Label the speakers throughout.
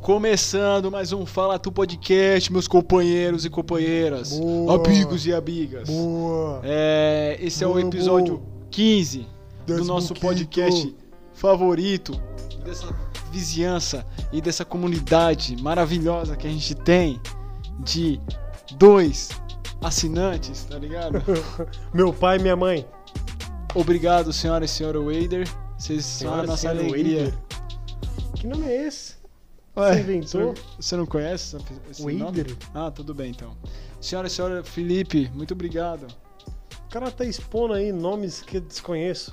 Speaker 1: Começando mais um Fala Tu Podcast, meus companheiros e companheiras,
Speaker 2: Boa.
Speaker 1: amigos e amigas.
Speaker 2: Boa!
Speaker 1: É, esse é o
Speaker 2: Boa,
Speaker 1: episódio 15 do
Speaker 2: Décimo
Speaker 1: nosso
Speaker 2: quinto.
Speaker 1: podcast favorito dessa vizinhança e dessa comunidade maravilhosa que a gente tem de dois assinantes, tá ligado?
Speaker 2: Meu pai e minha mãe.
Speaker 1: Obrigado, senhora e senhor Wader. Vocês são a
Speaker 2: Senhora,
Speaker 1: nossa
Speaker 2: senhor
Speaker 1: alegria.
Speaker 2: Wader. Que nome é esse?
Speaker 1: Ué,
Speaker 2: Você inventou?
Speaker 1: você- Você não conhece essa pe- esse nome?
Speaker 2: Wader?
Speaker 1: Ah, tudo bem então. Senhora e senhora Felipe, muito obrigado.
Speaker 2: O cara tá expondo aí nomes que eu desconheço.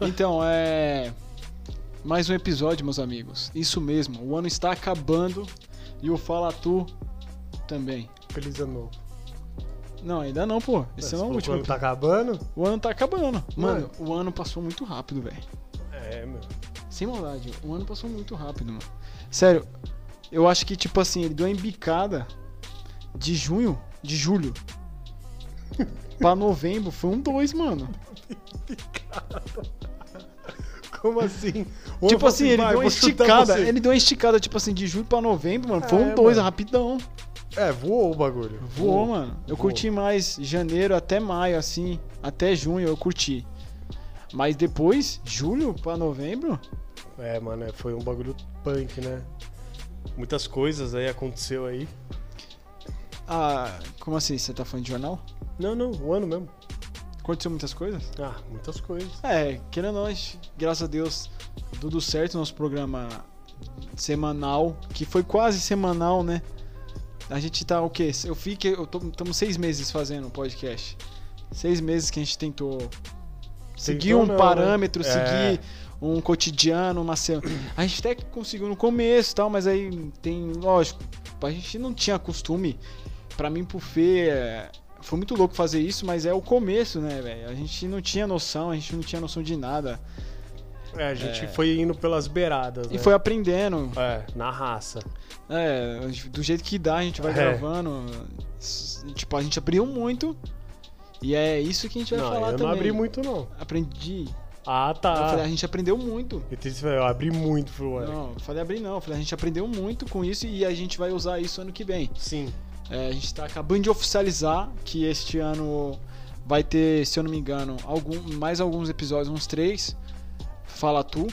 Speaker 1: Então, é. Mais um episódio, meus amigos. Isso mesmo, o ano está acabando e o Fala Tu também.
Speaker 2: Feliz ano novo.
Speaker 1: Não, ainda não, pô. Esse
Speaker 2: Você
Speaker 1: não é o
Speaker 2: falou que o
Speaker 1: último.
Speaker 2: ano Tá acabando?
Speaker 1: O ano tá acabando. Mano,
Speaker 2: Mano.
Speaker 1: o ano passou muito rápido, velho.
Speaker 2: É, meu.
Speaker 1: Sem maldade, o ano passou muito rápido, mano. Sério, eu acho que, tipo assim, ele deu uma embicada de junho, de julho, pra novembro. Foi um dois, mano.
Speaker 2: Como assim? Ou eu
Speaker 1: tipo
Speaker 2: falo
Speaker 1: assim, ele
Speaker 2: vai,
Speaker 1: deu uma
Speaker 2: vou chutar
Speaker 1: esticada.
Speaker 2: você.
Speaker 1: Ele deu uma esticada, tipo assim, de julho pra novembro, mano. Foi
Speaker 2: É,
Speaker 1: um dois,
Speaker 2: mano.
Speaker 1: rapidão.
Speaker 2: É, voou o bagulho.
Speaker 1: Voou, mano. Eu
Speaker 2: Voou.
Speaker 1: curti mais janeiro até maio, assim. Até junho eu curti. Mas depois, julho pra novembro,
Speaker 2: É, mano, é, foi um bagulho punk, né? Muitas coisas aí aconteceu aí.
Speaker 1: ah, como assim? Você tá falando de jornal?
Speaker 2: Não, não, o ano mesmo.
Speaker 1: Aconteceu muitas coisas?
Speaker 2: Ah, muitas coisas.
Speaker 1: É, querendo ou não, a gente- graças a Deus, tudo certo nosso programa semanal, que foi quase semanal, né? A gente tá o quê? Eu fico, eu tô, estamos seis meses fazendo o podcast. Seis meses que a gente tentou seguir um
Speaker 2: não, né?
Speaker 1: parâmetro,
Speaker 2: É.
Speaker 1: seguir um cotidiano, uma semana. A gente até que conseguiu no começo, e tal, mas aí tem, lógico, a gente não tinha costume. Pra mim, pro Fê, é, foi muito louco fazer isso, mas é o começo, né, velho? A gente não tinha noção, a gente não tinha noção de nada.
Speaker 2: É, a gente foi indo pelas beiradas, né?
Speaker 1: E foi aprendendo,
Speaker 2: É, na raça.
Speaker 1: é, do jeito que dá, a gente vai
Speaker 2: É.
Speaker 1: gravando. S- Tipo, a gente abriu muito. E é isso que a gente vai
Speaker 2: não,
Speaker 1: falar
Speaker 2: eu
Speaker 1: também.
Speaker 2: não abri muito, não.
Speaker 1: Aprendi.
Speaker 2: Ah,
Speaker 1: Eu falei, a
Speaker 2: tá.
Speaker 1: gente aprendeu muito.
Speaker 2: Eu, disse, eu abri muito pro ano.
Speaker 1: Não, eu falei abrir não. Eu falei, a gente aprendeu muito com isso e a gente vai usar isso ano que vem.
Speaker 2: Sim.
Speaker 1: É, a gente tá acabando de oficializar que este ano vai ter, se eu não me engano, algum, mais alguns episódios, uns três. Fala tu.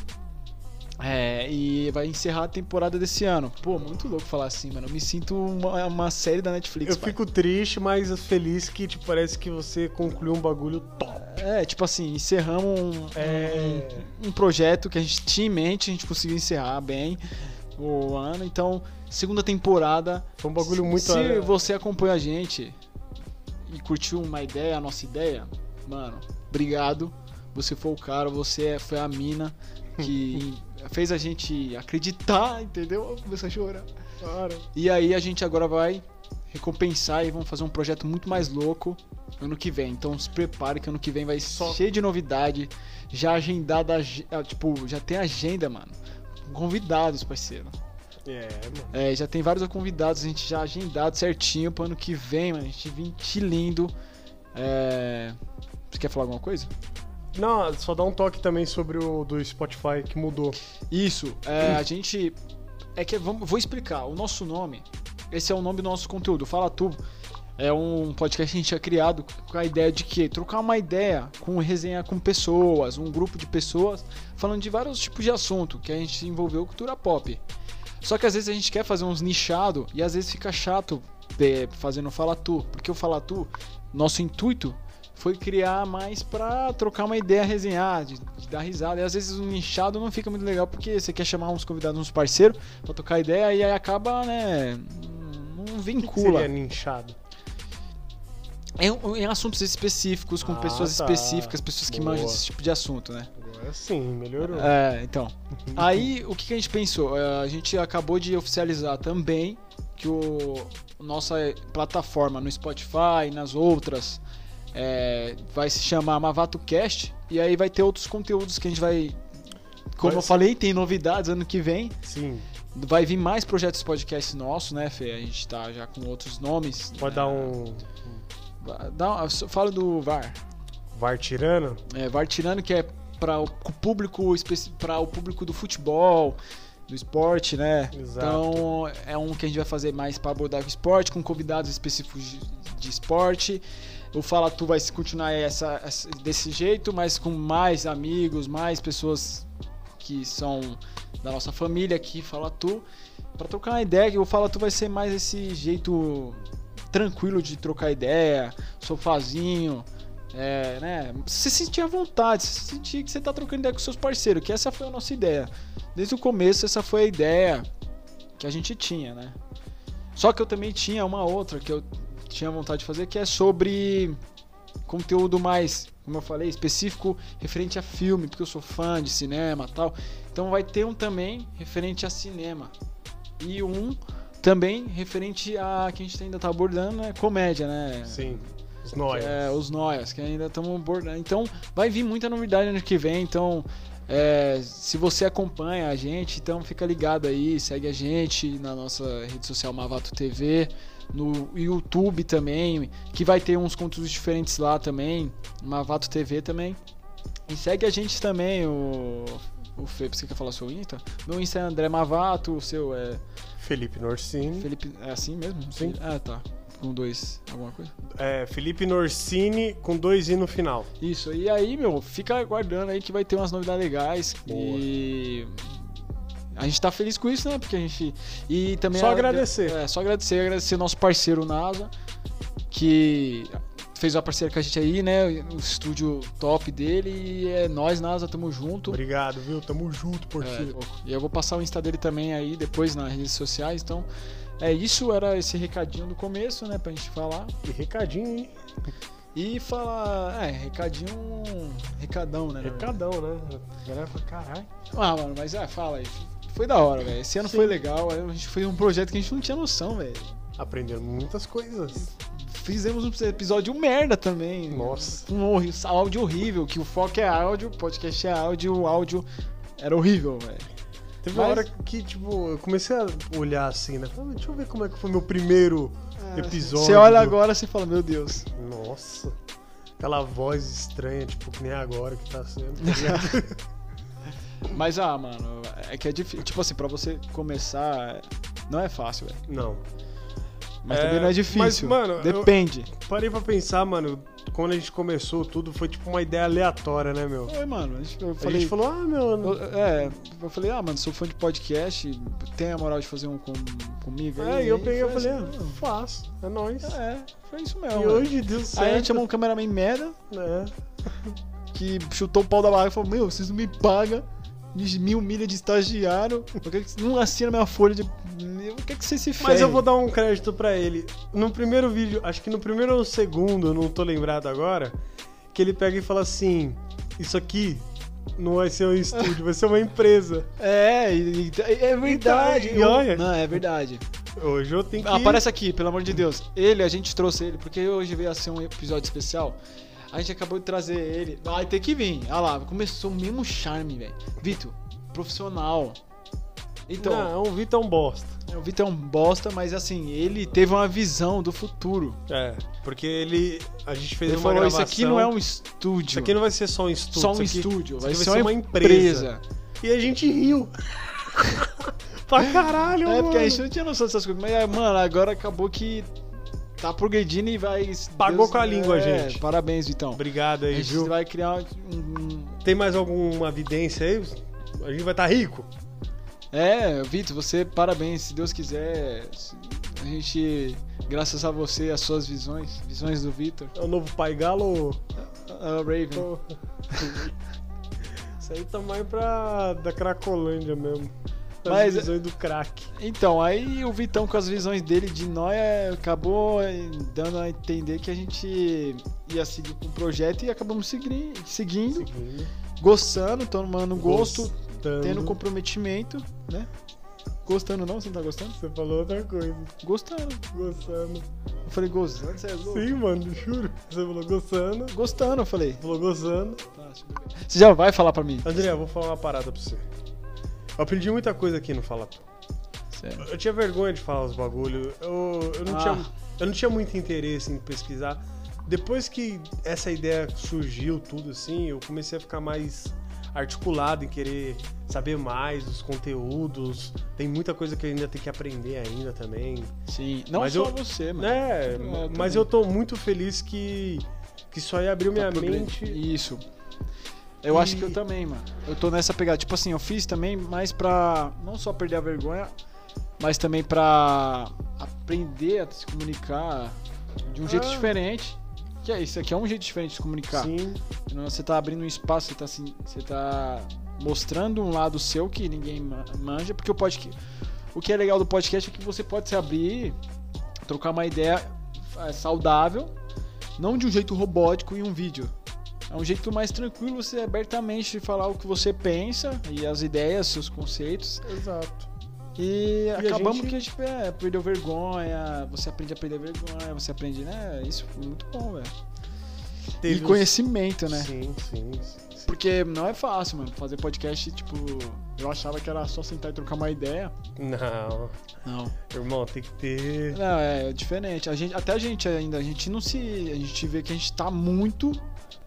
Speaker 1: É, e vai encerrar a temporada desse ano. Pô, muito louco falar assim, mano. Eu me sinto uma, uma série da Netflix.
Speaker 2: Eu
Speaker 1: pai.
Speaker 2: fico triste, mas feliz que tipo, parece que você concluiu um bagulho top.
Speaker 1: É, tipo assim, encerramos um,
Speaker 2: É.
Speaker 1: um- um projeto que a gente tinha em mente, a gente conseguiu encerrar bem o ano. Então, segunda temporada.
Speaker 2: Foi um bagulho muito.
Speaker 1: Se você acompanha a gente e curtiu uma ideia, a nossa ideia, mano, obrigado. Você foi o cara, você é- foi a mina que fez a gente acreditar, entendeu? Começou a chorar.
Speaker 2: Cara,
Speaker 1: E aí a gente agora vai recompensar e vamos fazer um projeto muito mais louco ano que vem. Então se prepare que ano que vem vai
Speaker 2: Só-
Speaker 1: cheio de novidade. Já agendada, ag- ah, tipo, já tem agenda, mano. Convidados, parceiro.
Speaker 2: É, mano.
Speaker 1: É, já tem vários convidados, a gente já agendado certinho pro ano que vem, mano. A gente vem te lindo. É... Você quer falar alguma coisa?
Speaker 2: Não, só dá um toque também sobre o do Spotify que mudou.
Speaker 1: Isso, é, a gente. É que vamos, vou explicar. O nosso nome, esse é o nome do nosso conteúdo. Fala tu. É um podcast que a gente tinha criado com a ideia de que trocar uma ideia com resenha com pessoas, um grupo de pessoas, falando de vários tipos de assunto que a gente envolveu cultura pop. Só que às vezes a gente quer fazer uns nichado e às vezes fica chato é, fazendo Fala Tu, porque o Fala Tu, nosso intuito foi criar mais pra trocar uma ideia, resenhar, de, de dar risada. E às vezes o nichado não fica muito legal porque você quer chamar uns convidados, uns parceiros pra trocar ideia e aí acaba, né, não vincula.
Speaker 2: Seria é ninchado.
Speaker 1: É um, Em, em assuntos específicos, com
Speaker 2: Ah,
Speaker 1: pessoas
Speaker 2: tá.
Speaker 1: específicas, pessoas que
Speaker 2: Boa.
Speaker 1: manjam desse tipo de assunto, né?
Speaker 2: Agora sim, melhorou.
Speaker 1: É, então. Aí, o que, que a gente pensou? É, A gente acabou de oficializar também que o nossa plataforma no Spotify e nas outras é, vai se chamar MavatoCast e aí vai ter outros conteúdos que a gente vai. Como
Speaker 2: Vai
Speaker 1: eu
Speaker 2: ser-
Speaker 1: falei, tem novidades ano que vem.
Speaker 2: Sim.
Speaker 1: Vai vir mais projetos podcast nossos, né, Fê? A gente tá já com outros nomes.
Speaker 2: Pode
Speaker 1: né?
Speaker 2: dar um.
Speaker 1: Dá um- Fala do VAR.
Speaker 2: Var tirando?
Speaker 1: É, VAR tirando que é para o público para o público do futebol, do esporte, né?
Speaker 2: Exato.
Speaker 1: Então é um que a gente vai fazer mais para abordar o esporte, com convidados específicos de, de esporte. O Fala Tu vai se continuar essa, essa- desse jeito, mas com mais amigos, mais pessoas que são da nossa família aqui, Fala Tu. Pra trocar uma ideia, que o Fala Tu vai ser mais esse jeito tranquilo de trocar ideia, sofazinho, é, né? Se sentir à vontade, se sentir que você tá trocando ideia com seus parceiros, que essa foi a nossa ideia. Desde o começo, essa foi a ideia que a gente tinha, né? Só que eu também tinha uma outra que eu tinha vontade de fazer, que é sobre conteúdo mais, como eu falei, específico referente a filme, porque eu sou fã de cinema e tal. Então vai ter um também referente a cinema. E um também referente a que a gente ainda tá abordando, é comédia, né?
Speaker 2: Sim. Os
Speaker 1: Que
Speaker 2: nós.
Speaker 1: É, os Noias, que ainda estamos abordando. Então, vai vir muita novidade ano que vem. Então, é, se você acompanha a gente, então fica ligado aí, segue a gente na nossa rede social Mavato TV, no YouTube também, que vai ter uns conteúdos diferentes lá também, Mavato TV também. E segue a gente também, o, o Felipe, você quer falar seu Insta? Meu Insta é André Mavato, o seu é
Speaker 2: Felipe Norcini.
Speaker 1: Felipe, é assim mesmo?
Speaker 2: Sim.
Speaker 1: Ah, tá. Com dois, alguma coisa?
Speaker 2: É, Felipe Norcini com dois i no final.
Speaker 1: Isso, e aí, meu, fica aguardando aí que vai ter umas novidades legais. E. A gente tá feliz com isso, né? Porque a gente. E também.
Speaker 2: Só
Speaker 1: a-
Speaker 2: agradecer.
Speaker 1: É, só agradecer, agradecer nosso parceiro NASA, que fez uma parceria com a gente aí, né? O estúdio top dele. E é nós, NASA, tamo junto.
Speaker 2: Obrigado, viu? Tamo junto,
Speaker 1: É,
Speaker 2: parceiro.
Speaker 1: e eu vou passar o Insta dele também aí depois nas redes sociais. Então, é isso, era esse recadinho do começo, né? Pra gente falar.
Speaker 2: E recadinho, hein?
Speaker 1: E falar. É, recadinho. um Recadão, né? na verdade.
Speaker 2: Recadão, né? A galera fala, caralho.
Speaker 1: Ah, mano, mas ah, fala aí. Foi da hora, velho. Esse ano
Speaker 2: Sim.
Speaker 1: foi legal. A gente fez um projeto que a gente não tinha noção, velho.
Speaker 2: Aprendendo muitas coisas.
Speaker 1: Fizemos um episódio merda também.
Speaker 2: Nossa.
Speaker 1: Um horri- áudio horrível, que o foco é áudio, o podcast é áudio, o áudio era horrível, velho.
Speaker 2: Teve
Speaker 1: Mas-
Speaker 2: uma hora que, tipo, eu comecei a olhar assim, né? Falei, deixa eu ver como é que foi meu primeiro episódio.
Speaker 1: Você olha agora e fala, meu Deus.
Speaker 2: Nossa. Aquela voz estranha, tipo, que nem agora que tá sendo. tá ligado?
Speaker 1: Mas ah, mano, é que é difícil. Tipo assim, pra você começar, não é fácil, velho.
Speaker 2: Não.
Speaker 1: Mas
Speaker 2: É,
Speaker 1: também não é
Speaker 2: mas,
Speaker 1: difícil.
Speaker 2: mano, eu-
Speaker 1: Depende.
Speaker 2: Parei pra pensar, mano, quando a gente começou tudo, foi tipo uma ideia aleatória, né, meu?
Speaker 1: Foi, mano. a gente- eu
Speaker 2: A gente
Speaker 1: falei,
Speaker 2: falou, ah, meu,
Speaker 1: Eu- É, eu falei, ah, mano, sou fã de podcast, tem a moral de fazer um com, comigo?
Speaker 2: É,
Speaker 1: aí?
Speaker 2: e eu peguei e
Speaker 1: Foi
Speaker 2: falei,
Speaker 1: assim,
Speaker 2: ah, faço, é nóis.
Speaker 1: ah, é, foi isso
Speaker 2: e
Speaker 1: mesmo. mano.
Speaker 2: hoje deu certo.
Speaker 1: Aí a gente chamou um cameraman merda,
Speaker 2: É.
Speaker 1: que chutou o pau da barra e falou, meu, vocês não me pagam, me, me humilha de estagiário, por que que não assina minha folha de... Por que, que vocês se ferram?
Speaker 2: Mas eu vou dar um crédito pra ele. No primeiro vídeo, acho que no primeiro ou segundo, eu não tô lembrado agora, que ele pega e fala assim, isso aqui não vai ser um estúdio, vai ser uma empresa.
Speaker 1: É, e- e- é verdade.
Speaker 2: Então, e olha-
Speaker 1: Não, é verdade.
Speaker 2: Hoje eu tenho que...
Speaker 1: Aparece aqui, pelo amor de Deus. Ele, a gente trouxe ele, porque hoje veio a ser um episódio especial. A gente acabou de trazer ele. Vai ter que vir. Olha lá, começou o mesmo charme, velho. Vitor, profissional. Então,
Speaker 2: Não, o Vitor é um bosta.
Speaker 1: o Vitor é um bosta, mas assim, ele teve uma visão do futuro.
Speaker 2: É, porque ele... A gente fez
Speaker 1: Ele
Speaker 2: uma
Speaker 1: falou:
Speaker 2: gravação...
Speaker 1: Isso aqui não é um estúdio.
Speaker 2: Isso aqui não vai ser só um estúdio.
Speaker 1: só um
Speaker 2: isso aqui-
Speaker 1: estúdio,
Speaker 2: isso
Speaker 1: vai
Speaker 2: aqui
Speaker 1: ser uma empresa.
Speaker 2: E a gente riu. pra caralho,
Speaker 1: É,
Speaker 2: mano.
Speaker 1: porque a gente não tinha noção dessas coisas. Mas, é, mano, agora acabou que tá progredindo e vai.
Speaker 2: Pagou com a língua,
Speaker 1: é,
Speaker 2: gente.
Speaker 1: Parabéns, Vitão.
Speaker 2: Obrigado
Speaker 1: A
Speaker 2: aí,
Speaker 1: gente
Speaker 2: viu?
Speaker 1: vai criar um. um-
Speaker 2: Tem mais alguma evidência aí? A gente vai estar rico?
Speaker 1: É, Vitor, você, parabéns, se Deus quiser. se- A gente, graças a você e as suas visões, visões do Vitor.
Speaker 2: É o novo Pai Galo?
Speaker 1: Ah, Raven.
Speaker 2: Pô. Isso aí tá mais pra da Cracolândia mesmo. As
Speaker 1: Mas-
Speaker 2: visões do crack.
Speaker 1: Então, aí o Vitão com as visões dele de nóia acabou eh, dando a entender que a gente ia seguir com o projeto e acabamos segui- seguindo,
Speaker 2: Seguindo.
Speaker 1: gostando, tomando gosto,
Speaker 2: Gostando.
Speaker 1: tendo comprometimento, né? Gostando não? Você não tá gostando?
Speaker 2: Você falou outra coisa.
Speaker 1: Gostando.
Speaker 2: Gostando.
Speaker 1: Eu falei, gozando, você é louco?
Speaker 2: Sim, mano, juro. Você falou gostando.
Speaker 1: Gostando, eu falei.
Speaker 2: Falou gozando.
Speaker 1: né, Você já vai falar pra mim?
Speaker 2: André, eu vou falar uma parada pra você. Eu aprendi muita coisa aqui no Fala Tu.
Speaker 1: Sério.
Speaker 2: Eu tinha vergonha de falar os bagulho. Eu, eu, não
Speaker 1: Ah.
Speaker 2: tinha, eu não tinha muito interesse em pesquisar. Depois que essa ideia surgiu, tudo assim, eu comecei a ficar mais articulado em querer saber mais dos conteúdos. Tem muita coisa que eu ainda tenho que aprender ainda também.
Speaker 1: Sim, não
Speaker 2: Mas
Speaker 1: só
Speaker 2: eu-
Speaker 1: você, É, mano.
Speaker 2: Né?
Speaker 1: Eu
Speaker 2: Mas
Speaker 1: também.
Speaker 2: eu tô muito feliz que, que isso aí abriu minha
Speaker 1: Tá progredindo.
Speaker 2: mente.
Speaker 1: Isso. Eu
Speaker 2: E-
Speaker 1: acho que eu também, mano. Eu tô nessa pegada. Tipo assim, eu fiz também mais pra não só perder a vergonha, mas também pra aprender a se comunicar de um jeito
Speaker 2: Ah.
Speaker 1: diferente. Que é isso aqui, é um jeito diferente de se comunicar.
Speaker 2: Sim.
Speaker 1: Não, Você tá abrindo um espaço, você tá, assim, você tá mostrando um lado seu que ninguém ma- manja, porque o podcast. O que é legal do podcast é que você pode se abrir, trocar uma ideia eh, saudável, não de um jeito robótico em um vídeo. É um jeito mais tranquilo você abertamente falar o que você pensa e as ideias, seus conceitos.
Speaker 2: Exato.
Speaker 1: E,
Speaker 2: a
Speaker 1: acabamos
Speaker 2: gente-
Speaker 1: que a gente é, perdeu vergonha, você aprende a perder vergonha, você aprende, né? Isso foi muito bom, velho. E conhecimento, né?
Speaker 2: Sim, sim, sim, sim.
Speaker 1: Porque não é fácil, mano. Fazer podcast, tipo, eu achava que era só sentar e trocar uma ideia.
Speaker 2: Não,
Speaker 1: Não.
Speaker 2: irmão, tem que ter.
Speaker 1: Não, é diferente. A gente, até a gente ainda, a gente não se. A gente vê que a gente tá muito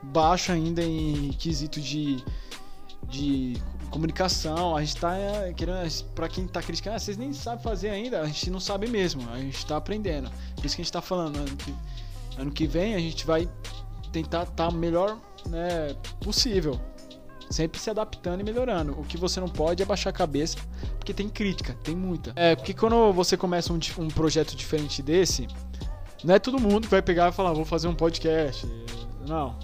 Speaker 1: baixo ainda em quesito de. de comunicação. A gente tá é, querendo. Pra quem tá criticando, "Ah, vocês nem sabem fazer ainda. A gente não sabe mesmo. A gente tá aprendendo. Por isso que a gente tá falando. Ano que, ano que vem a gente vai tentar estar o melhor né, possível. Sempre se adaptando e melhorando. O que você não pode é baixar a cabeça, porque tem crítica, tem muita. É, porque quando você começa um, dif- um projeto diferente desse, não é todo mundo que vai pegar e falar, vou fazer um podcast. Não.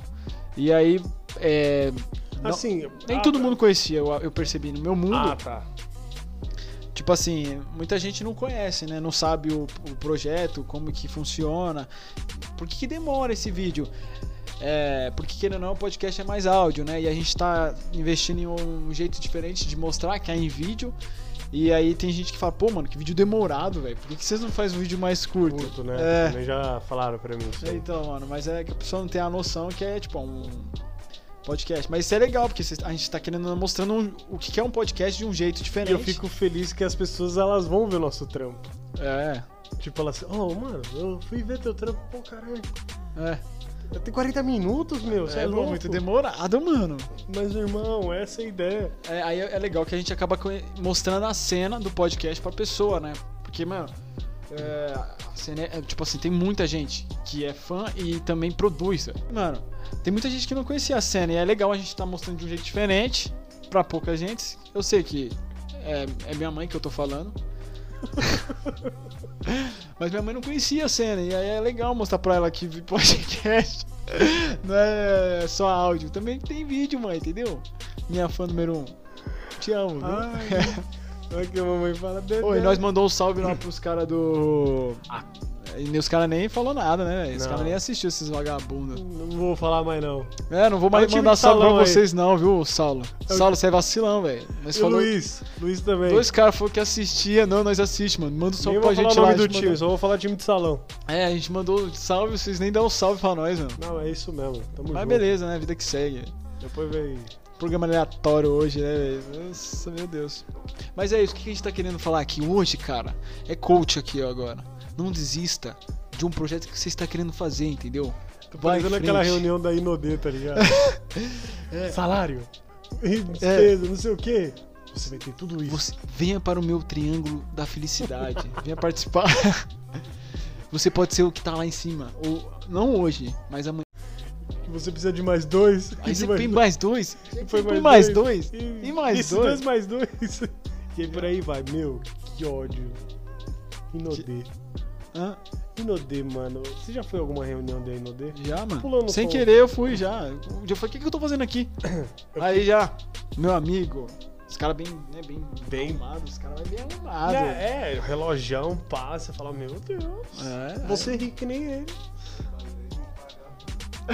Speaker 1: E aí, é, não-
Speaker 2: Assim,
Speaker 1: nem
Speaker 2: ah,
Speaker 1: todo
Speaker 2: tá.
Speaker 1: mundo conhecia, eu, eu percebi. No meu mundo,
Speaker 2: Ah, tá.
Speaker 1: Tipo assim, muita gente não conhece, né? Não sabe o, o projeto, como que funciona. Por que, que demora esse vídeo? É, porque querendo ou não, o podcast é mais áudio, né? E a gente tá investindo em um jeito diferente de mostrar que é em vídeo. E aí tem gente que fala, pô, mano, que vídeo demorado, velho. Por que, que vocês não fazem um vídeo mais curto?
Speaker 2: Curto, né?
Speaker 1: É.
Speaker 2: Também já falaram pra mim isso aí.
Speaker 1: Então, mano, mas é que a pessoa não tem a noção que é tipo um podcast. Mas isso é legal, porque cês- a gente tá querendo mostrando um- o que que é um podcast de um jeito
Speaker 2: E
Speaker 1: diferente.
Speaker 2: eu fico feliz que as pessoas elas vão ver o nosso trampo.
Speaker 1: É,
Speaker 2: Tipo, elas assim, oh, mano, eu fui ver teu trampo, pô, caralho.
Speaker 1: é.
Speaker 2: Tem 40 minutos, meu. Você é,
Speaker 1: É, pô,
Speaker 2: louco.
Speaker 1: muito demorado, mano.
Speaker 2: Mas, irmão, essa é a ideia.
Speaker 1: É, aí é legal que a gente acaba conhe- mostrando a cena do podcast pra pessoa, né? Porque, mano, é, a cena é, é, tipo assim, tem muita gente que é fã e também produz, velho. Mano, tem muita gente que não conhecia a cena e é legal a gente tá mostrando de um jeito diferente pra pouca gente. Eu sei que é, é minha mãe que eu tô falando. Mas minha mãe não conhecia a cena, e aí é legal mostrar pra ela que podcast não é só áudio, também tem vídeo, mãe, entendeu? Minha fã número um. Te amo, viu?
Speaker 2: Ai, olha que a mamãe fala. Dedé.
Speaker 1: Oi, nós mandou um salve lá pros caras do.
Speaker 2: Ah.
Speaker 1: E os caras nem falou nada, né? velho? Os
Speaker 2: Não.
Speaker 1: caras nem assistiu esses vagabundos.
Speaker 2: Não vou falar mais, não.
Speaker 1: É, não vou mais
Speaker 2: time
Speaker 1: mandar
Speaker 2: de
Speaker 1: salve pra
Speaker 2: salão aí.
Speaker 1: vocês, não, viu, Saulo?
Speaker 2: É o-
Speaker 1: Saulo, você é vacilão, velho. Nós
Speaker 2: E o
Speaker 1: falou.
Speaker 2: Luiz. Luiz também.
Speaker 1: Dois caras falaram que assistia, não, nós assiste, mano. Manda um
Speaker 2: Nem
Speaker 1: salve
Speaker 2: vou
Speaker 1: pra
Speaker 2: falar
Speaker 1: gente lá.
Speaker 2: o nome
Speaker 1: a
Speaker 2: do
Speaker 1: gente
Speaker 2: time,
Speaker 1: mandou-
Speaker 2: só vou falar time de salão.
Speaker 1: É, a gente mandou salve, vocês nem dão um salve pra nós, mano.
Speaker 2: Não, é isso mesmo. Tamo
Speaker 1: Mas
Speaker 2: junto.
Speaker 1: beleza, né? Vida que segue.
Speaker 2: Depois vem.
Speaker 1: Programa aleatório hoje, né, velho? Nossa, meu Deus. Mas é isso, o que a gente tá querendo falar aqui hoje, cara? É coach aqui, ó, agora. Não desista de um projeto que você está querendo fazer, entendeu?
Speaker 2: Tô
Speaker 1: Vai em
Speaker 2: parecendo aquela
Speaker 1: frente.
Speaker 2: reunião da Inodê, tá ligado? Salário.
Speaker 1: É.
Speaker 2: Despesa, não sei o quê. Você vai ter tudo isso.
Speaker 1: Você, venha para o meu triângulo da felicidade. venha participar. Você pode ser o que tá lá em cima. Ou, não hoje, mas amanhã.
Speaker 2: que você precisa de mais dois.
Speaker 1: Aí
Speaker 2: de
Speaker 1: você
Speaker 2: mais
Speaker 1: põe
Speaker 2: dois.
Speaker 1: mais dois.
Speaker 2: Foi
Speaker 1: põe
Speaker 2: mais,
Speaker 1: dois.
Speaker 2: E,
Speaker 1: E mais
Speaker 2: isso,
Speaker 1: dois.
Speaker 2: mais dois. E aí por aí vai. Meu, que ódio. Inodê.
Speaker 1: Hã?
Speaker 2: Inodê, mano. Você já foi a alguma reunião da Inodê?
Speaker 1: Já, ah, mano.
Speaker 2: Pulou no
Speaker 1: Sem
Speaker 2: pau.
Speaker 1: querer eu fui já. Eu falei, o que, que eu tô fazendo aqui? Aí já, meu amigo. Os caras bem, né, bem,
Speaker 2: Bem-
Speaker 1: arrumados, os caras bem
Speaker 2: Ah,
Speaker 1: arrumados.
Speaker 2: é, é, relojão, passa, fala, meu Deus.
Speaker 1: É,
Speaker 2: Você é rico que nem ele.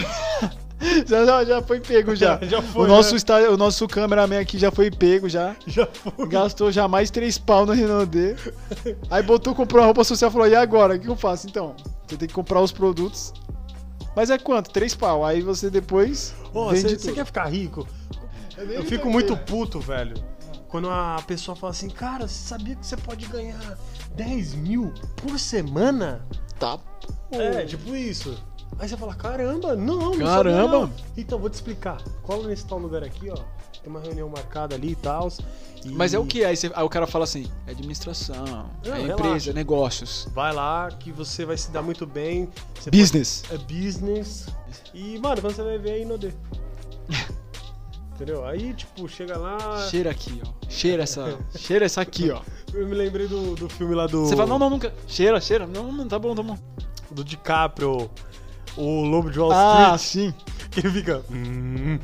Speaker 1: já, já, já foi pego já.
Speaker 2: Já foi,
Speaker 1: o, nosso
Speaker 2: né?
Speaker 1: está, o nosso cameraman aqui já foi pego já.
Speaker 2: Já foi.
Speaker 1: Gastou já mais três pau no Renaudet. Aí botou, comprou a roupa social e falou: e agora? O que eu faço? Então, você tem que comprar os produtos. Mas é quanto? Três pau. Aí você depois.
Speaker 2: Ó,
Speaker 1: vende
Speaker 2: você
Speaker 1: tudo. É
Speaker 2: você quer ficar rico?
Speaker 1: nem
Speaker 2: Eu fico
Speaker 1: entendi,
Speaker 2: muito
Speaker 1: velho.
Speaker 2: puto, velho. Quando a pessoa fala assim, cara, você sabia que você pode ganhar 10 mil por semana?
Speaker 1: Tá.
Speaker 2: É, tipo isso. Aí você fala, caramba, não, não sabia
Speaker 1: Caramba.
Speaker 2: não. Então, vou te explicar. Cola nesse tal lugar aqui, ó. tem uma reunião marcada ali e tal. e-
Speaker 1: Mas é o que? Aí, você- aí o cara fala assim: é administração,
Speaker 2: Não,
Speaker 1: é empresa,
Speaker 2: Ah, relaxa.
Speaker 1: negócios,
Speaker 2: Vai lá que você vai se dar muito bem. Você
Speaker 1: business.
Speaker 2: pode- é business. E, mano, quando você vai ver, é Inodê. Entendeu? Aí, tipo, chega lá.
Speaker 1: Cheira aqui, ó. Cheira essa. cheira essa aqui, ó.
Speaker 2: Eu me lembrei do, do filme lá do.
Speaker 1: Você fala, não, não, nunca. Cheira, cheira. Não, não, tá bom, tá bom.
Speaker 2: Do DiCaprio. O Lobo de Wall
Speaker 1: Ah,
Speaker 2: Street.
Speaker 1: sim.
Speaker 2: Que ele fica. "Hum,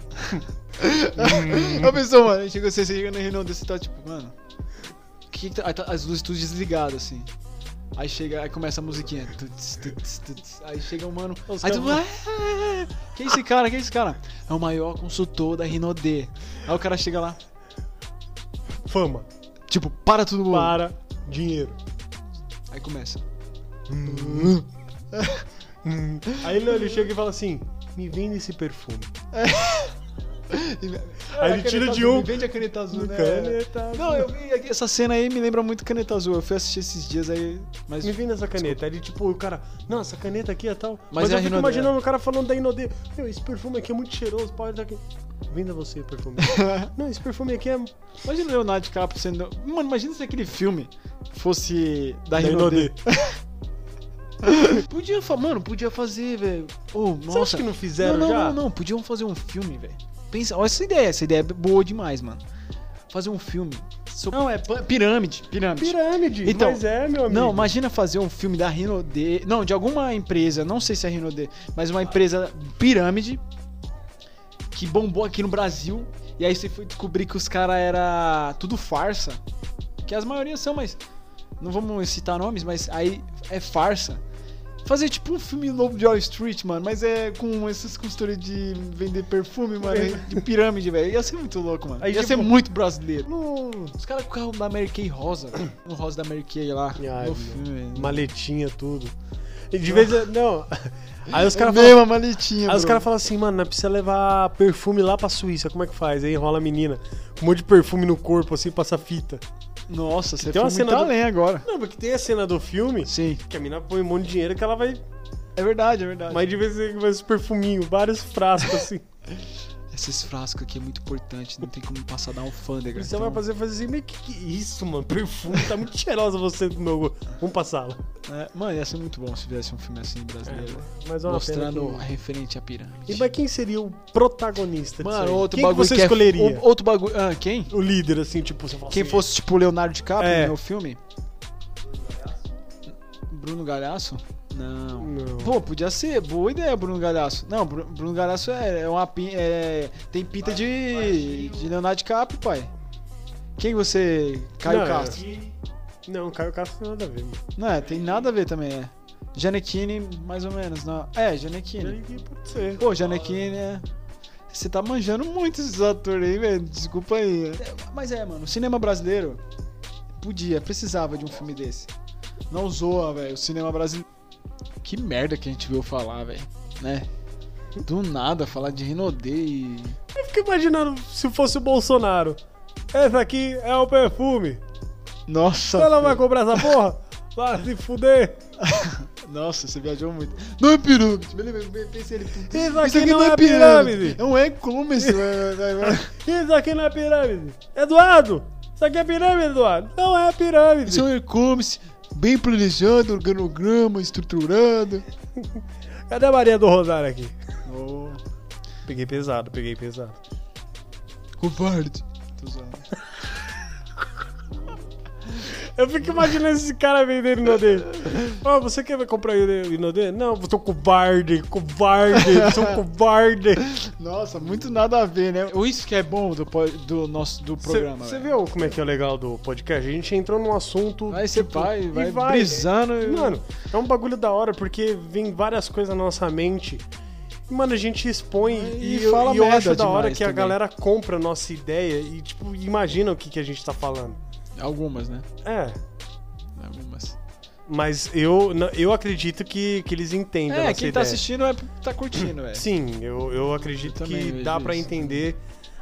Speaker 1: A pessoa, mano, aí chega, você você chega na reunião desse e tá tipo, mano. Que que tá- aí tá- as luzes tudo desligadas, assim. Aí chega, aí começa a musiquinha. tuts, tuts, tuts. Aí chega um mano.
Speaker 2: Os
Speaker 1: Aí tu.
Speaker 2: caras-
Speaker 1: "Ah, Quem é esse cara? Quem é esse cara? É o maior consultor da Rinodê. Aí o cara chega lá,
Speaker 2: Fama.
Speaker 1: tipo, para tudo mundo.
Speaker 2: Para. Dinheiro. hum."
Speaker 1: Aí começa.
Speaker 2: Aí não, ele chega e fala assim: Me vende esse perfume.
Speaker 1: Aí
Speaker 2: ele tira de um.
Speaker 1: Vende a caneta azul, né?
Speaker 2: Caneta
Speaker 1: Não, eu vi aqui- essa cena aí me lembra muito caneta azul. Eu fui assistir esses dias aí, mas
Speaker 2: Me vende essa caneta. Aí ele, tipo, o cara, não, essa caneta aqui é tal.
Speaker 1: Mas
Speaker 2: Mas,
Speaker 1: é
Speaker 2: eu
Speaker 1: a
Speaker 2: fico
Speaker 1: Rinode-
Speaker 2: imaginando o cara falando da Inodê. Meu, esse perfume aqui é muito cheiroso, pode estar aqui. Venda você, perfume. não, esse perfume aqui é.
Speaker 1: Imagina o Leonardo DiCaprio sendo. Mano, imagina se aquele filme fosse da
Speaker 2: Da
Speaker 1: Rinodê. Podia, fa- mano, podia fazer, velho. Oh, nossa.
Speaker 2: Você acha que não fizeram
Speaker 1: não, não,
Speaker 2: já?
Speaker 1: Não, não, podiam fazer um filme, velho. Pensa, olha essa ideia, essa ideia é boa demais, mano. Fazer um filme. sobre-
Speaker 2: Não, é pa-
Speaker 1: Pirâmide, pirâmide.
Speaker 2: pirâmide.
Speaker 1: Então,
Speaker 2: mas é, meu amigo.
Speaker 1: Não, imagina fazer um filme da Rinodê. Não, de alguma empresa, não sei se é Rinodê, mas uma empresa pirâmide que bombou aqui no Brasil. E aí você foi descobrir que os caras era tudo farsa. Que as maiorias são, mas. Não vamos citar nomes, mas aí é farsa. Fazer tipo um filme novo de Wall Street, mano, mas é com essas consultorias de vender perfume, mano, de pirâmide, velho. Ia ser muito louco, mano.
Speaker 2: Aí,
Speaker 1: Ia ser
Speaker 2: tipo,
Speaker 1: muito brasileiro.
Speaker 2: Não.
Speaker 1: Os caras com o carro da Mary Kay rosa, velho. o rosa da Mary Kay lá,
Speaker 2: Ai,
Speaker 1: no
Speaker 2: meu.
Speaker 1: filme.
Speaker 2: Maletinha, tudo. E de vez em. Não. Aí os caras
Speaker 1: Veio uma É maletinha,
Speaker 2: Aí os
Speaker 1: bro.
Speaker 2: caras falam assim, mano, nós precisa levar perfume lá pra Suíça, como é que faz? Aí enrola a menina, com um monte de perfume no corpo, assim, passa fita.
Speaker 1: Nossa, você
Speaker 2: Tem
Speaker 1: foi
Speaker 2: uma
Speaker 1: muito
Speaker 2: cena do-
Speaker 1: além agora.
Speaker 2: Não, porque tem a cena do filme
Speaker 1: Sim.
Speaker 2: que a menina põe um monte de dinheiro que ela vai.
Speaker 1: É verdade, é verdade.
Speaker 2: Mas de vez em quando vai esse perfuminho, vários frascos assim.
Speaker 1: Esses frascos aqui é muito importante, não tem como passar da alfândega.
Speaker 2: Você
Speaker 1: então-
Speaker 2: vai fazer fazer assim, mas que, que isso, mano? Perfume, tá muito cheirosa você do meu gosto. Vamos passá-la.
Speaker 1: É, mano, ia ser muito bom se fizesse um filme assim brasileiro.
Speaker 2: Mas é uma
Speaker 1: mostrando
Speaker 2: pena. Que...
Speaker 1: referente à pirâmide.
Speaker 2: E mas quem seria o protagonista disso
Speaker 1: Mano,
Speaker 2: aí?
Speaker 1: outro
Speaker 2: quem que
Speaker 1: bagulho
Speaker 2: você
Speaker 1: que é-
Speaker 2: escolheria?
Speaker 1: o- Outro bagulho. Ah, quem?
Speaker 2: O líder, assim, tipo, você fala
Speaker 1: Quem
Speaker 2: assim,
Speaker 1: fosse, tipo, Leonardo DiCaprio
Speaker 2: É.
Speaker 1: no filme? Bruno Galhaço? Não.
Speaker 2: Não.
Speaker 1: Pô, podia ser. Boa ideia, Bruno Galhaço. Não, Bru- Bruno Galhaço é, é uma pin- é- tem pinta de, de Leonardo DiCaprio, pai. Quem você... Caio
Speaker 2: Não, é.
Speaker 1: Castro.
Speaker 2: Não, Caio Castro não tem nada a ver, mano.
Speaker 1: Não, é, tem nada a ver também, é. Janequine, mais ou menos. Não. É, Janequine.
Speaker 2: Ele Pode ser.
Speaker 1: Pô, Janequine é... Você tá manjando muito esses atores aí, velho. Desculpa aí. É, Mas é, mano, o cinema brasileiro podia, precisava de um filme desse. Não zoa, velho, o cinema brasileiro. Que merda que a gente viu falar, velho, né? Do nada falar de Rinodê e.
Speaker 2: Eu fico imaginando se fosse o Bolsonaro. Essa aqui é o perfume.
Speaker 1: Nossa!
Speaker 2: Ela
Speaker 1: velho.
Speaker 2: vai comprar essa porra? Vai se fuder.
Speaker 1: Nossa, você viajou muito. Não é pirâmide! Me lembrei- Pensei ele. Isso
Speaker 2: Isso aqui não é pirâmide.
Speaker 1: É um e-commerce, né, velho.
Speaker 2: Isso aqui não é pirâmide. Eduardo, isso aqui é pirâmide, Eduardo. Não é pirâmide.
Speaker 1: Isso é um e-commerce bem planejado, organograma, estruturado. um
Speaker 2: Cadê a Maria do Rosário aqui?
Speaker 1: Oh,
Speaker 2: Peguei pesado, peguei pesado.
Speaker 1: covarde. Tô zoando.
Speaker 2: Eu fico imaginando esse cara vendendo Inodê. Ó, você quer comprar Inodê? Não, eu tô covarde, covarde, sou covarde.
Speaker 1: Nossa, muito nada a ver, né? Isso que é bom do, po- do nosso do programa.
Speaker 2: Você
Speaker 1: velho.
Speaker 2: viu como é que é o legal do podcast? A gente entrou num assunto. tipo,
Speaker 1: Aí você vai,
Speaker 2: e
Speaker 1: vai,
Speaker 2: vai. né?
Speaker 1: brisando. e-
Speaker 2: Mano, é um bagulho da hora, porque vem várias coisas na nossa mente. E, mano, a gente expõe
Speaker 1: Ah, E
Speaker 2: e, eu-
Speaker 1: fala
Speaker 2: e eu
Speaker 1: merda
Speaker 2: acho da hora
Speaker 1: demais
Speaker 2: que a
Speaker 1: também.
Speaker 2: galera compra a nossa ideia e, tipo, imagina o que, que a gente tá falando.
Speaker 1: Algumas, né?
Speaker 2: É.
Speaker 1: Algumas.
Speaker 2: Mas eu, não- eu acredito que, que eles entendem a
Speaker 1: É,
Speaker 2: nossa
Speaker 1: quem
Speaker 2: ideia.
Speaker 1: tá assistindo é, tá curtindo, velho.
Speaker 2: Sim, eu, eu acredito
Speaker 1: Eu também
Speaker 2: que
Speaker 1: vejo
Speaker 2: dá pra
Speaker 1: isso.
Speaker 2: entender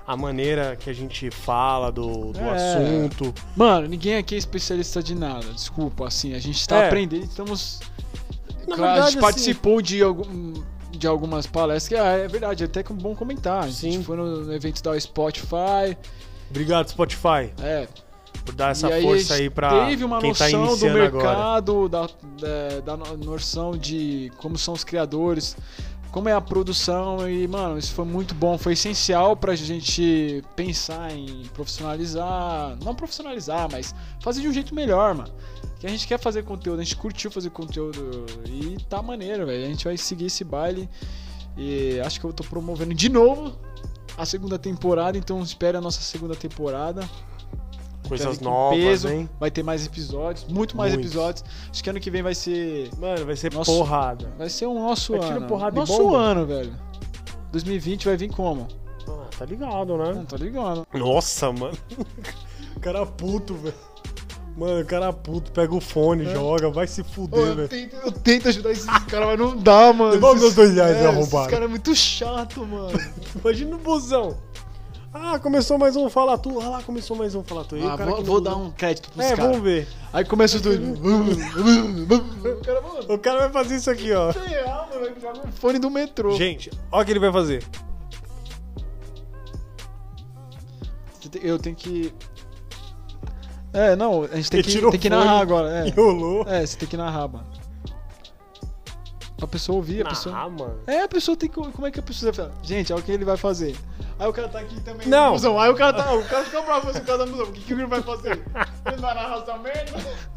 Speaker 2: a maneira que a gente fala do, do
Speaker 1: É.
Speaker 2: assunto.
Speaker 1: Mano, ninguém aqui é especialista de nada. Desculpa, assim, a gente tá
Speaker 2: É.
Speaker 1: aprendendo, estamos.
Speaker 2: Na
Speaker 1: Claro, a
Speaker 2: verdade,
Speaker 1: gente
Speaker 2: assim-
Speaker 1: participou de algum. de algumas palestras, que ah, é verdade, é até que é bom comentar. A
Speaker 2: Sim.
Speaker 1: gente foi no evento da Spotify,
Speaker 2: Obrigado, Spotify,
Speaker 1: é,
Speaker 2: por dar essa
Speaker 1: e aí
Speaker 2: força aí pra
Speaker 1: teve uma
Speaker 2: quem tá
Speaker 1: noção do
Speaker 2: iniciando agora.
Speaker 1: mercado, da, da, da no- noção de como são os criadores, como é a produção e, mano, isso foi muito bom, foi essencial pra gente pensar em profissionalizar, não profissionalizar, mas fazer de um jeito melhor, mano. Que a gente quer fazer conteúdo, a gente curtiu fazer conteúdo e tá maneiro, velho. A gente vai seguir esse baile e acho que eu tô promovendo de novo a segunda temporada, então espere a nossa segunda temporada.
Speaker 2: Coisas
Speaker 1: Teve com
Speaker 2: novas,
Speaker 1: peso,
Speaker 2: hein?
Speaker 1: Vai ter mais episódios, muito mais
Speaker 2: Muitos.
Speaker 1: episódios. Acho que ano que vem vai ser.
Speaker 2: Mano, vai ser
Speaker 1: Nossa.
Speaker 2: porrada.
Speaker 1: Vai ser o nosso
Speaker 2: É tiro,
Speaker 1: ano.
Speaker 2: porrada e
Speaker 1: nosso
Speaker 2: bomba?
Speaker 1: ano, velho. 2020 vai vir como?
Speaker 2: Ah, tá ligado, né?
Speaker 1: Não, tá ligado.
Speaker 2: Nossa, mano. cara puto, velho. Mano, cara puto, pega o fone,
Speaker 1: É.
Speaker 2: joga, vai se fuder, velho.
Speaker 1: tento, eu tento ajudar esses caras, mas não dá, mano.
Speaker 2: Devolve
Speaker 1: Esses-
Speaker 2: meus dois reais,
Speaker 1: é,
Speaker 2: meu arrombado.
Speaker 1: Esses caras é muito chato, mano.
Speaker 2: Imagina o busão. Ah, começou mais um Fala Tu. Ah lá, começou mais um Fala Tu. E o
Speaker 1: Ah,
Speaker 2: cara
Speaker 1: vou,
Speaker 2: que
Speaker 1: vou
Speaker 2: não-
Speaker 1: dar um crédito pros
Speaker 2: É,
Speaker 1: caras.
Speaker 2: vamos ver.
Speaker 1: Aí começa o doido. o cara, mano,
Speaker 2: O cara vai fazer isso aqui, ó.
Speaker 1: tem real, mano, joga um fone do metrô.
Speaker 2: Gente, olha o que ele vai fazer.
Speaker 1: Eu tenho que. É, não, a gente tem
Speaker 2: Ele
Speaker 1: que,
Speaker 2: tirou
Speaker 1: tem que
Speaker 2: o fone
Speaker 1: narrar agora. É.
Speaker 2: E rolou.
Speaker 1: É, você tem que narrar, mano. Pra pessoa ouvir, a pessoa.
Speaker 2: Ah, mano.
Speaker 1: É, a pessoa tem que. Como é que a pessoa vai falar? Gente, olha o que ele vai fazer. Aí o cara tá aqui também.
Speaker 2: Não.
Speaker 1: no busão. Aí o cara tá. O cara fica bravo assim, o cara tá no busão. O que, que ele vai fazer? Ele vai narrar essa merda?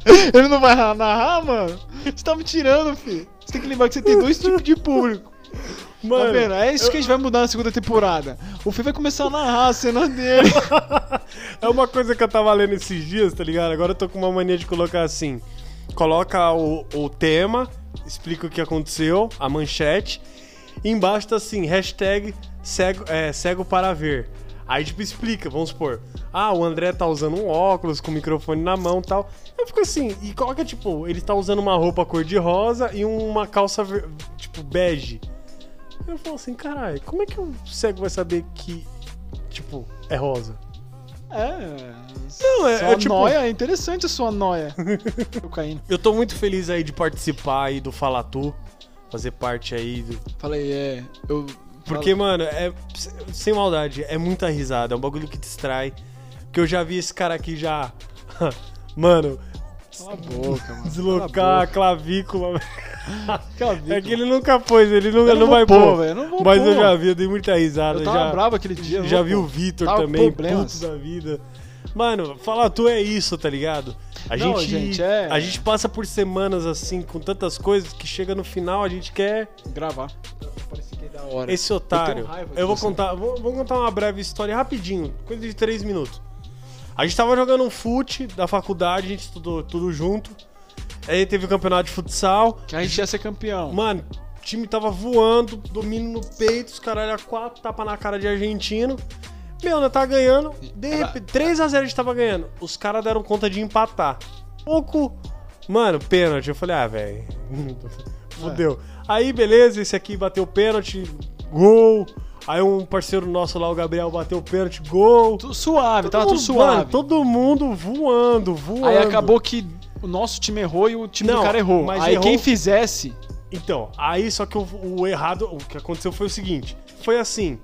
Speaker 1: Ele não vai narrar, mano? Você tá me tirando, filho. Você tem que lembrar que você tem dois tipos de público.
Speaker 2: Mano,
Speaker 1: tá vendo? É isso que a gente vai mudar na segunda temporada. O Fih vai começar a narrar a cena dele.
Speaker 2: é uma coisa que eu tava lendo esses dias, tá ligado? Agora eu tô com uma mania de colocar assim: coloca o, o tema, explica o que aconteceu, a manchete. E embaixo tá assim: hashtag cego, é, cego para ver. Aí, tipo, explica, vamos supor. Ah, o André tá usando um óculos com o microfone na mão e tal. Eu fico assim, e coloca, tipo, ele tá usando uma roupa cor de rosa e uma calça, ver- tipo, bege. Eu falo assim, caralho, como é que o cego vai saber que, tipo, é rosa?
Speaker 1: É.
Speaker 2: Não, é-
Speaker 1: sua
Speaker 2: é tipo-
Speaker 1: noia, é interessante a sua noia. Eu caindo.
Speaker 2: Eu tô muito feliz aí de participar aí do Fala Tu, fazer parte aí do...
Speaker 1: Falei, é. Eu.
Speaker 2: Porque, mano, é sem maldade, é muita risada, é um bagulho que distrai. Porque eu já vi esse cara aqui já, mano,
Speaker 1: Cala a boca, mano.
Speaker 2: deslocar a clavícula.
Speaker 1: Cala a boca.
Speaker 2: É que ele nunca pôs, ele nunca,
Speaker 1: Eu
Speaker 2: não
Speaker 1: vou
Speaker 2: vai
Speaker 1: pôr,
Speaker 2: pôr.
Speaker 1: velho, eu não vou
Speaker 2: Mas
Speaker 1: pôr.
Speaker 2: eu já vi, eu dei muita risada.
Speaker 1: Eu tava
Speaker 2: já,
Speaker 1: bravo aquele dia, eu não
Speaker 2: Já
Speaker 1: vou
Speaker 2: vi o
Speaker 1: pôr.
Speaker 2: Vitor
Speaker 1: Tava com
Speaker 2: também,
Speaker 1: problemas.
Speaker 2: puto da vida. Mano, Fala Tu é isso, tá ligado? A
Speaker 1: Não,
Speaker 2: gente,
Speaker 1: gente, é-
Speaker 2: a gente passa por semanas assim, com tantas coisas, que chega no final a gente quer
Speaker 1: Gravar. Parece que é da hora.
Speaker 2: esse otário.
Speaker 1: tenho raiva
Speaker 2: Eu vou
Speaker 1: disso.
Speaker 2: contar, vou, vou contar uma breve história rapidinho, coisa de três minutos. A gente tava jogando um fute da faculdade, a gente estudou tudo junto. Aí teve o campeonato de futsal.
Speaker 1: Que a gente ia ser campeão.
Speaker 2: Mano, o time tava voando, domínio no peito, os caralho a quatro, tapa na cara de argentino. Meu, nós tá ganhando. De
Speaker 1: Ela-
Speaker 2: repente, 3x0 a gente tava ganhando. Os caras deram conta de empatar. Pouco. Mano, pênalti. Eu falei, ah, velho. Fudeu.
Speaker 1: É.
Speaker 2: Aí, beleza, esse aqui bateu pênalti, gol. Aí um parceiro nosso lá, o Gabriel, bateu pênalti, gol.
Speaker 1: Tu- Suave, tava tudo
Speaker 2: Mano,
Speaker 1: suave.
Speaker 2: todo mundo voando, voando.
Speaker 1: Aí acabou que o nosso time errou e o time
Speaker 2: Não,
Speaker 1: do cara errou.
Speaker 2: mas
Speaker 1: Aí
Speaker 2: errou-
Speaker 1: quem fizesse.
Speaker 2: Então, aí só que o, o errado, o que aconteceu foi o seguinte: foi assim.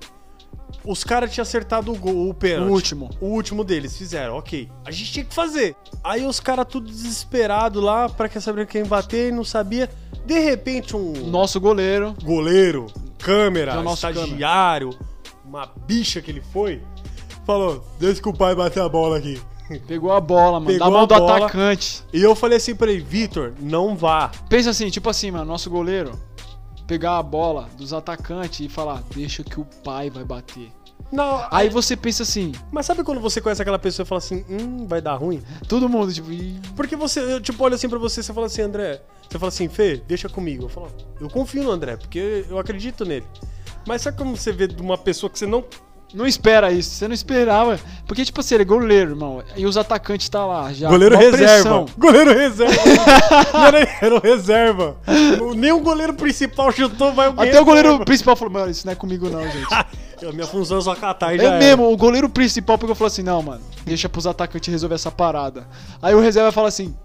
Speaker 2: Os caras tinham acertado o gol, o pênalti.
Speaker 1: O último.
Speaker 2: O último deles, fizeram, ok. A gente tinha que fazer. Aí os caras tudo desesperado lá, pra que saber quem bater e não sabia. De repente, um
Speaker 1: Nosso goleiro.
Speaker 2: goleiro, câmera,
Speaker 1: Que é o nosso
Speaker 2: estagiário, uma bicha que ele foi, falou: Deixa que o pai bater a bola aqui.
Speaker 1: Pegou a bola, mano.
Speaker 2: Pegou
Speaker 1: da mão
Speaker 2: a
Speaker 1: do
Speaker 2: bola.
Speaker 1: atacante.
Speaker 2: E eu falei assim pra ele: Vitor, não vá.
Speaker 1: Pensa assim, tipo assim, mano, nosso goleiro. Pegar a bola dos atacantes e falar, deixa que o pai vai bater.
Speaker 2: Não,
Speaker 1: Aí você pensa assim,
Speaker 2: Mas sabe quando você conhece aquela pessoa e fala assim, hum, vai dar ruim?
Speaker 1: todo mundo, tipo, "Ih,
Speaker 2: Porque você, eu, tipo, olha assim pra você, você fala assim, André, você fala assim, Fê, deixa comigo. Eu falo, eu confio no André, porque eu acredito nele. Mas sabe como você vê de uma pessoa que você não.
Speaker 1: Não espera isso, você não esperava. Porque, tipo assim, ele é goleiro, irmão. E os atacantes tá lá já.
Speaker 2: Goleiro
Speaker 1: mó
Speaker 2: reserva.
Speaker 1: pressão.
Speaker 2: Goleiro reserva. Não era, era o reserva. O- Nem o goleiro principal chutou, vai alguém
Speaker 1: Até o goleiro
Speaker 2: reserva.
Speaker 1: principal falou, mano, isso não é comigo não, gente.
Speaker 2: Eu- Minha função é só catar e já
Speaker 1: É
Speaker 2: era.
Speaker 1: mesmo, o goleiro principal pegou e falou assim, não, mano, deixa pros atacantes resolver essa parada. Aí o reserva fala assim,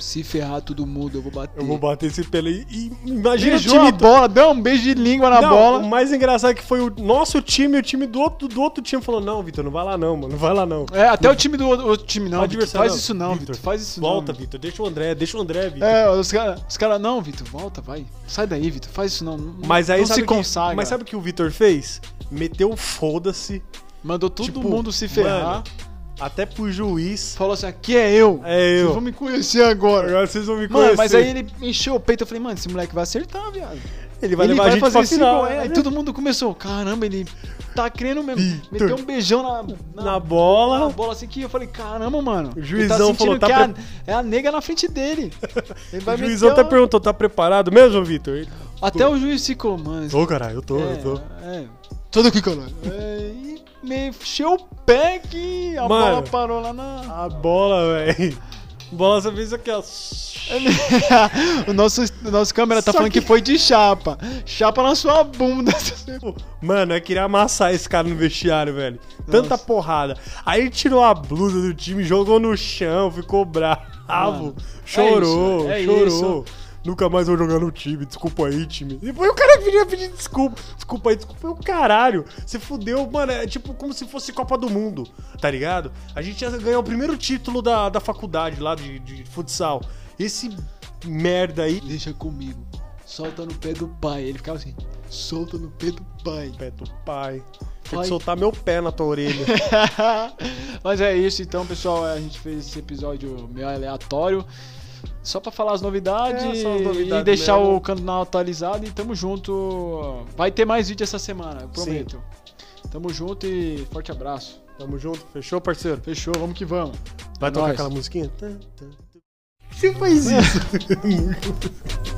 Speaker 1: Se ferrar todo mundo, eu vou bater.
Speaker 2: Eu vou bater esse pelo aí. E Imagina
Speaker 1: Beijo na
Speaker 2: o time
Speaker 1: bola, dá um beijo de língua na
Speaker 2: não,
Speaker 1: bola.
Speaker 2: O mais engraçado é que foi o nosso time e o time do outro, do outro time falou: Não, Vitor, não vai lá não, mano. Não vai lá não.
Speaker 1: É, até o time do outro outro time não,
Speaker 2: O
Speaker 1: Vitor,
Speaker 2: adversário,
Speaker 1: faz isso não, Vitor, faz isso
Speaker 2: Volta,
Speaker 1: não.
Speaker 2: Vitor. Deixa o André, deixa o André, Vitor.
Speaker 1: É, os caras, os cara, não, Vitor, volta, vai. Sai daí, Vitor, faz isso não. Não-
Speaker 2: Mas aí
Speaker 1: não
Speaker 2: sabe
Speaker 1: se
Speaker 2: que-
Speaker 1: consagra.
Speaker 2: Mas sabe o que o Vitor fez? Meteu o foda-se.
Speaker 1: Mandou todo
Speaker 2: Tipo,
Speaker 1: mundo se ferrar.
Speaker 2: mano, até pro juiz.
Speaker 1: Falou assim, aqui é eu.
Speaker 2: É eu.
Speaker 1: Vocês vão me conhecer agora.
Speaker 2: Agora vocês vão me conhecer.
Speaker 1: Mano, mas aí ele encheu o peito, eu falei, mano, esse moleque vai acertar, viado.
Speaker 2: Ele vai levar a gente
Speaker 1: fazer
Speaker 2: pra
Speaker 1: esse
Speaker 2: final. né,
Speaker 1: gol, é. Aí todo mundo começou, caramba, ele tá crendo mesmo.
Speaker 2: Vitor.
Speaker 1: Meteu um beijão na,
Speaker 2: Na
Speaker 1: na, na
Speaker 2: bola.
Speaker 1: bola assim que eu falei, caramba, mano.
Speaker 2: O
Speaker 1: ele
Speaker 2: juizão
Speaker 1: tá sentindo
Speaker 2: falou, tá
Speaker 1: que é, a,
Speaker 2: pre-
Speaker 1: é a nega na frente dele. Ele vai
Speaker 2: o juizão
Speaker 1: meter
Speaker 2: até
Speaker 1: uma-
Speaker 2: perguntou: tá preparado mesmo, Vitor? Ele-
Speaker 1: Até o juiz ficou, mano.
Speaker 2: Tô, caralho, eu tô, eu tô.
Speaker 1: É, Todo aqui, cara. É, e mexeu o pé que a
Speaker 2: Mano.
Speaker 1: bola parou lá na.
Speaker 2: A bola, velho. Bola, você fez aqui, ó.
Speaker 1: É, o, nosso, o nosso câmera tá
Speaker 2: Só
Speaker 1: falando que...
Speaker 2: que
Speaker 1: foi de chapa. Chapa na sua bunda.
Speaker 2: Mano, eu queria amassar esse cara no vestiário, velho. Tanta
Speaker 1: Nossa.
Speaker 2: porrada. Aí ele tirou a blusa do time, jogou no chão, ficou bravo.
Speaker 1: Mano,
Speaker 2: chorou,
Speaker 1: é isso, é
Speaker 2: chorou. Nunca mais vou jogar no time, desculpa aí, time. Depois o cara viria pedir desculpa. Desculpa aí, desculpa aí, o caralho. Você fudeu, mano. É tipo como se fosse Copa do Mundo, tá ligado? A gente ia ganhar o primeiro título da, da faculdade lá de, de futsal. Esse merda aí.
Speaker 1: Deixa comigo. Solta no pé do pai. Ele ficava assim: solta no pé do pai.
Speaker 2: Pé do pai.
Speaker 1: Pai.
Speaker 2: Tem que soltar meu pé na tua orelha.
Speaker 1: Mas é isso então, pessoal. A gente fez esse episódio meio aleatório. Só pra falar as novidades,
Speaker 2: É, só as novidades
Speaker 1: e deixar
Speaker 2: mesmo.
Speaker 1: o canal atualizado. E tamo junto. Vai ter mais vídeo essa semana, eu
Speaker 2: Sim.
Speaker 1: prometo. Tamo junto e forte abraço.
Speaker 2: Tamo junto, fechou, parceiro?
Speaker 1: Fechou, vamos que vamos.
Speaker 2: Vai
Speaker 1: É
Speaker 2: tocar
Speaker 1: nóis.
Speaker 2: aquela musiquinha? Você faz isso.